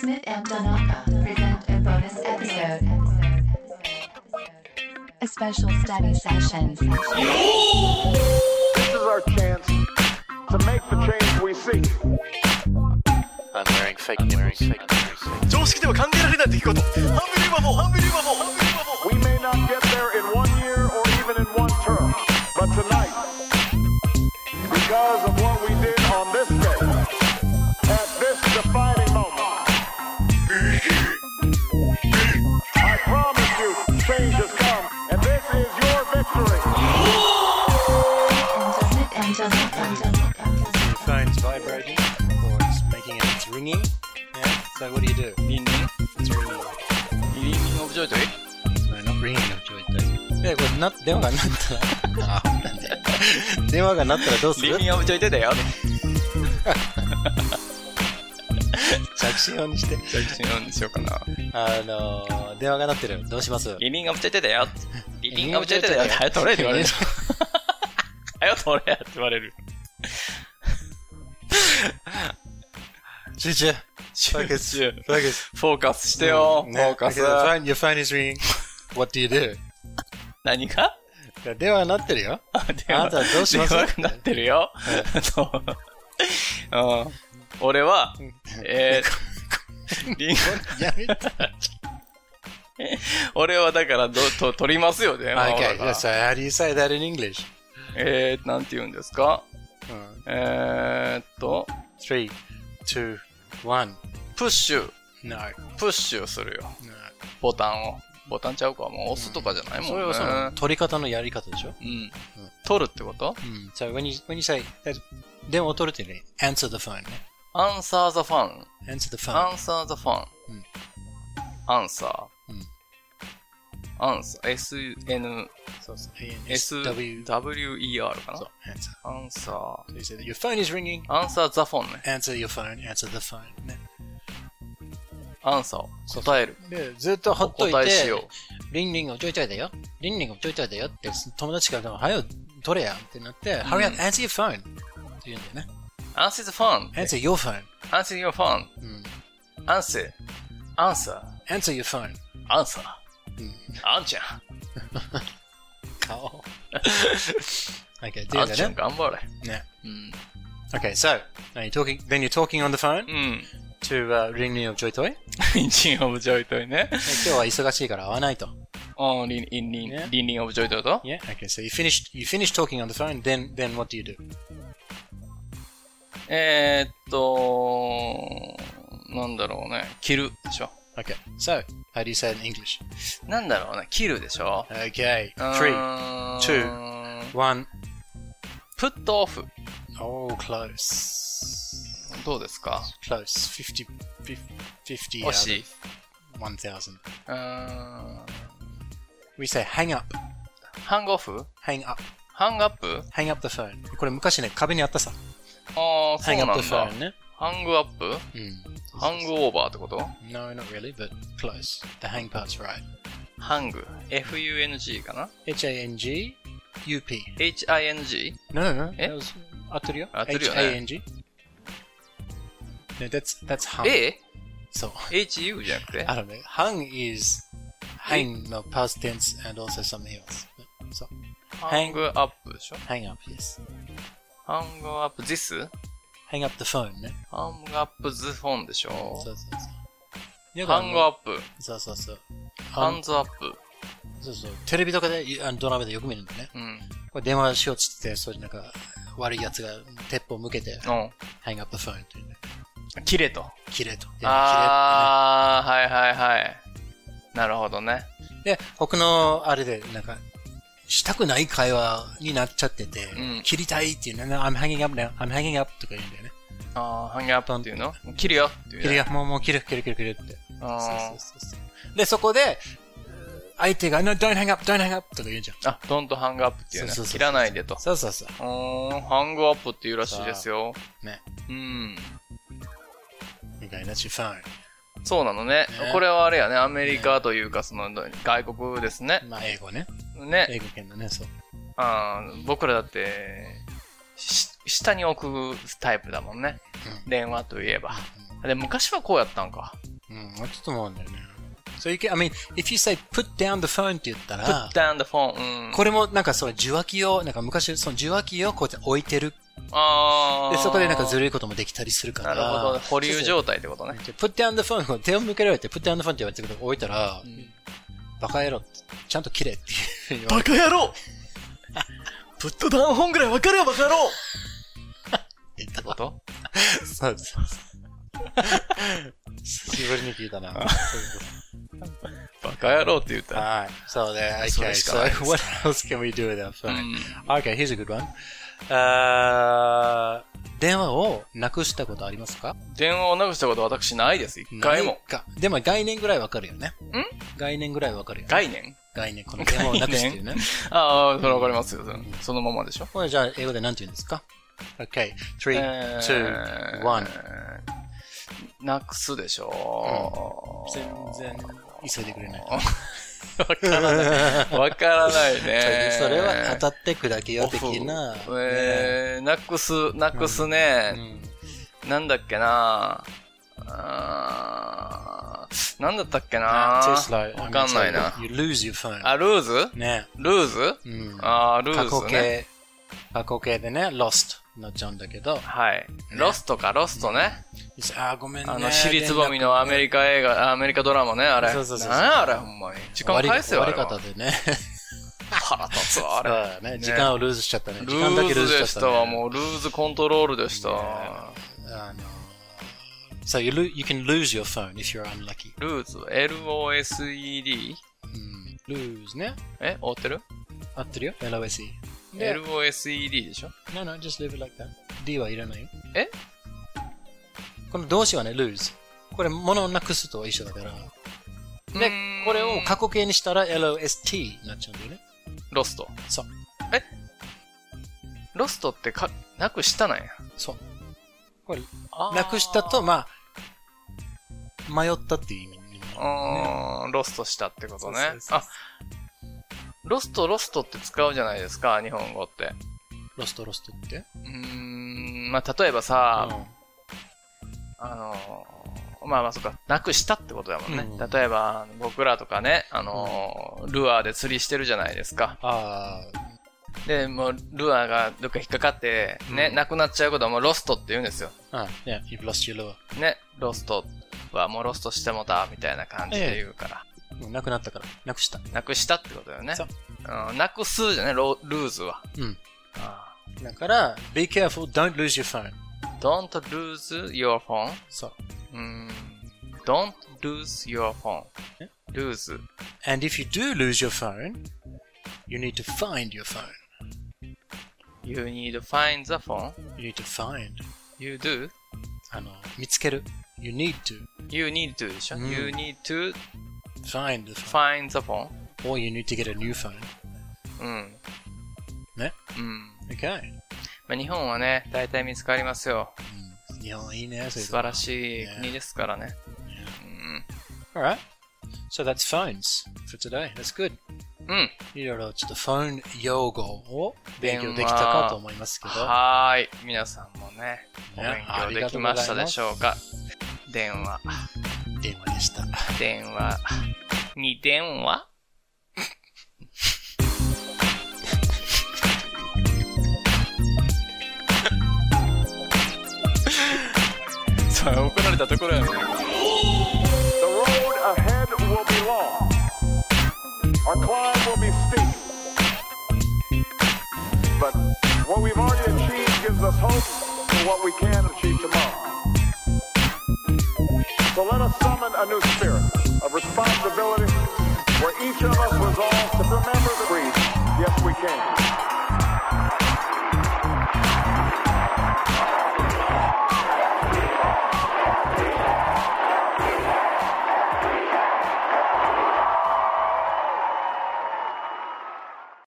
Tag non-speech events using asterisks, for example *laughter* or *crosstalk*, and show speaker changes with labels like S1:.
S1: Smith and Donaka present a bonus episode. A special study session.
S2: This is our chance to make the change we seek.
S3: I'm wearing fake I'm wearing fake nipples.
S4: 常識では考えられない出来事ハンビリーバボーハンビリーバボーハンビリーバボー
S2: We may not get there in one year or even in one term, but tonight, because of what we did on this day, at this defining moment, I promise you, change has come, and this is your victory.
S1: Smith and Donaka.
S5: phone's vibrating or it's making it, it's ringing. Yeah. So what do you do? Ringing. It's ringing.
S3: Ringing of joy toy?
S5: No, not ringing of joy toy. で、これな、電話が鳴ったら。あ、電話が鳴ったらどうする
S3: Ringing of joy toy だ *laughs* よ。
S5: 着信音にして。
S3: 着信音にしようかな。
S5: あのー、電話が鳴ってる。どうします
S3: Ringing of joy toy だよ。Ringing of joy toy だよ。はよ、取れって言われる。はよ、取れって言われる。
S5: 集中。Focus.
S3: 集中
S5: Focus.
S3: フォーカスしてよ。フ
S5: ね
S3: ォーカ
S5: Okay,
S3: ス。
S5: the phone- Your phone is ringing. What do you do?
S3: 何か
S5: いや電話が鳴ってる
S3: *laughs*
S5: よ。
S3: 電話
S5: あなたはどうします
S3: 電話になってるよ。あのうん俺は、えー、リンゴ
S5: やめて。
S3: 俺はだからどと、取りますよ、電話を。
S5: Okay,
S3: だ
S5: so
S3: から
S5: how do you say that in English?
S3: えー、なんて言うんですか
S5: うん
S3: えーっと、
S5: Three, two, one.
S3: プッシュ、
S5: No,
S3: プッシュするよ。
S5: no.
S3: ボタンを。ボタンちゃうか、もう押すとかじゃないもんね。
S5: それはその取り方のやり方でしょ
S3: うん。取るってこと
S5: うん。So when you, when you say, that, 電話を取るってね、answer the phone ね。
S3: アンサーザファン。
S5: answer the
S3: ア
S5: phone.
S3: ンサーザファン
S5: うん。
S3: アンサー
S5: うん。
S3: アンサー、S, N,
S5: そうそう。
S3: S,
S5: W.
S3: W, E, R か
S5: そう
S3: な。、
S5: answer.
S3: アンサー。
S5: So you say that your phone is ringing,
S3: アンサーザフォンね。
S5: answer your phone, answer the phone. ね。
S3: アンサーを答える。
S5: で、ずっとほっとい
S3: 答えしてよ、
S5: リンリンをちょいちょいだよ。リンリンをちょいちょいだよって、友達からでも、はよ、取れやってなって、hurry up, answer your phone! って言うんだよね。
S3: う。アンサーザファン。
S5: answer your phone.
S3: アンサー your phone。
S5: うん。
S3: アンサー。アンサー。
S5: answer your phone.
S3: アンサー。
S5: うん。
S3: あんちゃん。
S5: 顔。okay, って言
S3: あ
S5: うんん
S3: ち
S5: だ
S3: ゃ
S5: よ
S3: ん
S5: ね。
S3: 頑張れ。
S5: ね。
S3: うん。
S5: Okay, so, now you're talking, then you're talking on the phone
S3: うん。 *laughs*
S5: to、uh, Ring Ring of Joy Toy.
S3: リンリンオブジョイトイね。
S5: で今日は忙しいから会わないと。
S3: うん、リンリン、リ
S5: ね
S3: ン、リンリンオブジョイトイと
S5: Yeah, okay, so you finished, you finished talking on the phone, then, then what do you do?
S3: えー、っと、なんだろうね。切るでしょ。
S5: Okay, so, how do you say it in English?
S3: なんだろうね。切るでしょ。
S5: Okay,
S3: うーん
S5: three, two one.
S3: put off。
S5: Oh, close.
S3: どうですか
S5: Close, 50, 50, 50
S3: 惜
S5: out
S3: しい
S5: of。1,000.
S3: うーん。
S5: We say hang up,
S3: ハングオフ
S5: hang up,
S3: ハングアップ
S5: hang up the phone. これ昔ね、壁にあったさ。
S3: ああ、そう
S5: hang
S3: なん
S5: up
S3: だ
S5: the。phone ね。
S3: ハングアップ
S5: うん。
S3: ハングオーバーってこと
S5: No, not really, but close. The hang part's right.
S3: ハング。FUNG かな
S5: H-A-N-G, U-P.
S3: ?HING?
S5: No, no, no.
S3: え
S5: That was 合ってるよ。
S3: 合ってるよね
S5: H-A-N-G. No, that's, that's hung.
S3: A?
S5: *laughs* そう。
S3: HU じゃなくて
S5: あのね、hung is hang の past tense and also something else. そう。
S3: ハングアップでしょ
S5: hang up, yes.
S3: ハングアップ this?
S5: hang up the phone eh? ね。
S3: ハングアップ the phone でし
S5: そう
S3: ょ
S5: そうそう。
S3: ハング
S5: ッ
S3: アップ。
S5: プ。そうそうそう。
S3: ハ
S5: あ
S3: ン
S5: の
S3: ズアップ。
S5: そうそう。テレビとかで、あのドラマでよく見るんだよね。
S3: うん。
S5: これ電話しようっつって、そういうなんか、悪い奴が鉄砲向けて、
S3: う
S5: hang up the phone っていうね。
S3: ん。切れと。
S5: 綺麗と。電話
S3: ああ、はいはいはい。なるほど
S5: 綺麗
S3: ね。
S5: ってねで、僕のあれで、なんか、したくない会話になっちゃってて、
S3: うん
S5: 切りたいっていうね、I'm hanging up now, I'm hanging up とか言うんだよね。
S3: ああ、ハングアップっていうの切るよっていうね。
S5: 切りが、もう、もう切る、切る、切る、切るって。そう
S3: あ
S5: そうそうそうで、そこで、相手が、no, don't hang up, don't hang up とか言うじゃん。
S3: ーあ、ドンとハングアップっていうね。
S5: そうそうそうそう
S3: 切らないでと。
S5: そうそうそう。
S3: うーん、ハングアップっていうらしいですよ。
S5: ね。
S3: うん。
S5: Okay, that's your phone.
S3: そうなのね。
S5: ね
S3: これはあれやね、アメリカというか、その、外国ですね。
S5: まあ、英語ね。
S3: ね。
S5: 英語圏のね、そう。
S3: あー僕らだって、し下に置くタイプだもんね。電話といえば。
S5: うん
S3: で昔はこうやったんか。
S5: うん、ちょっと思うんだよね。So you can, I mean, if you say put down the phone って言った
S3: put
S5: ら、
S3: down the phone. うん。
S5: これもなんかその受話器を、なんか昔その受話器をこうやって置いてる。
S3: あ
S5: で、
S3: ー
S5: そこでなんかずるいこともできたりするか
S3: な
S5: ら。
S3: るほど。保留状態ってことね。
S5: で put down the phone こう手を向けられて put down the phone って言われてるけど置いたら、バカ野郎って、ちゃんと切れって言われ
S4: バカ野郎プットダウン本ぐらいわかるよ、バカ野郎
S5: てた。
S3: こと
S5: そうです。久しぶりに聞いたな。
S3: バカ野郎って言ったら。
S5: はい。So there,
S3: そ
S5: okay,
S3: れしか
S5: so *laughs*
S3: ないです
S5: what else can we do with that
S3: う
S5: phone?
S3: ん
S5: Okay, here's a good one. あー電話をなくしたことありますか
S3: 電話をなくしたことは私ないです。一回
S5: な
S3: も。
S5: いか。でも概念ぐらいわかるよね。ん概念ぐらいわかるよね。
S3: 概念
S5: 概念、この電話をなくすっていうね。
S3: ああ、それわかりますよ。そのままでしょ。
S5: これじゃあ英語で何て言うんですか ?Okay, three,
S3: えー
S5: two, one.
S3: なくすでしょ。
S5: 全然急いでくれない。
S3: わから *laughs* ない。わからない
S5: *laughs*
S3: ね。
S5: それは当たって砕けよ的な。
S3: オフえー、なくす、なくすね。
S5: ね
S3: なんだっけなあーなんだったっけな
S5: あー
S3: わかんないな。
S5: You lose your phone.
S3: あ、ルーズ
S5: ね。
S3: ルーズ
S5: うん
S3: あール
S5: 過
S3: ー
S5: 去
S3: ズね。
S5: 形、過去形でね、lost になっちゃうんだけど、
S3: はい。ロストか、ロストね。
S5: あーごめんね。
S3: あの、尻つぼみのアメリカ映画、あアメリカドラマね、あれ。
S5: そうそうそうそう
S3: なんやあれ、ほんまに。時
S5: 連絡
S3: 間返せよ、あ
S5: 終
S3: れ
S5: わり終わり
S3: は。
S5: 方でね。
S3: 腹立つわ、あれ。
S5: そうだね時間をルーズしちゃったね。時
S3: ル
S5: 間だけルーズ
S3: ーズ
S5: しちゃ
S3: で
S5: っ
S3: したた
S5: ね。
S3: わ、もう、ルーズコントロールでした。
S5: あの、So you, lo- you can lose your phone if you're unlucky.
S3: ルーズ、LOSED?
S5: うん。lose ね。
S3: え合ってる
S5: 合ってるよ ?LOSE。で
S3: ?LOSED でしょ
S5: No, no, just leave it like that. D はいらないよ。
S3: え
S5: この動詞はね、lose。これ、物をなくすと一緒だから。
S3: う
S5: で
S3: ーん、
S5: これを過去形にしたら LOST になっちゃうんだよね。
S3: ロスト。
S5: そう。
S3: えロストってか、なくしたなんや。
S5: そう。これ、なくしたと、まあ、迷ったっていう意味にも
S3: うーん、ロストしたってこ
S5: そ
S3: とね
S5: う。そうそう
S3: あ、ロスト、ロストって使うじゃないですか、日本語って。
S5: ロストロストって。
S3: うーん、まあ、例えばさ、あのーまあまあそっか、なくしたってことだもんね。
S5: うん
S3: 例えば、あの僕らとかね、あのールアーで釣りしてるじゃないですか。
S5: あ
S3: で、もう、ルアーがどっか引っかかって、ね、
S5: うん
S3: なくなっちゃうことはもうロストって言うんですよ。
S5: あ、yeah, Ah, you've lost your lure.
S3: ね、ロストはもうロストしてもた、みたいな感じで言うから。
S5: もうなくなったから、なくした。
S3: なくしたってことだよね
S5: そう。
S3: うん、なくすじゃね、ロルーズは。
S5: うん。
S3: あ
S5: だから、be careful, don't lose your phone.
S3: ー Don't lose your phone.
S5: そう。
S3: うーん。Don't lose your phone.
S5: え
S3: ルーズ。
S5: And if you do lose your phone, you need to find your phone.
S3: You need to find the phone.
S5: You need to find.
S3: You do.
S5: あの、見つける。You need to
S3: You need to でしょ、
S5: うん
S3: ?You need to
S5: find the phone.
S3: find the phone.
S5: Or you need to get a new phone.
S3: うん。
S5: ね。
S3: うん。
S5: Okay.
S3: まあ、日本はね、大体見つかりますよ。
S5: うん日本いいね、そう
S3: 素
S5: いう
S3: 晴ら
S5: い。
S3: しい
S5: ね
S3: 国ですからね。
S5: Alright. So that's phones for today. That's good.
S3: うん。うん。
S5: いろいろちょっとフォン用語を勉強できたかと思いますけど。
S3: はーい。皆さんもね、お
S5: ね
S3: 勉強できましたでしょうか。電話、
S5: 電話でした。
S3: 電話、に電 *laughs* 話さあ、怒られたところやね。
S2: The road ahead will be long. Our climb will be steep. But what we've already achieved gives us hope for what we can achieve tomorrow. So let us summon a new spirit.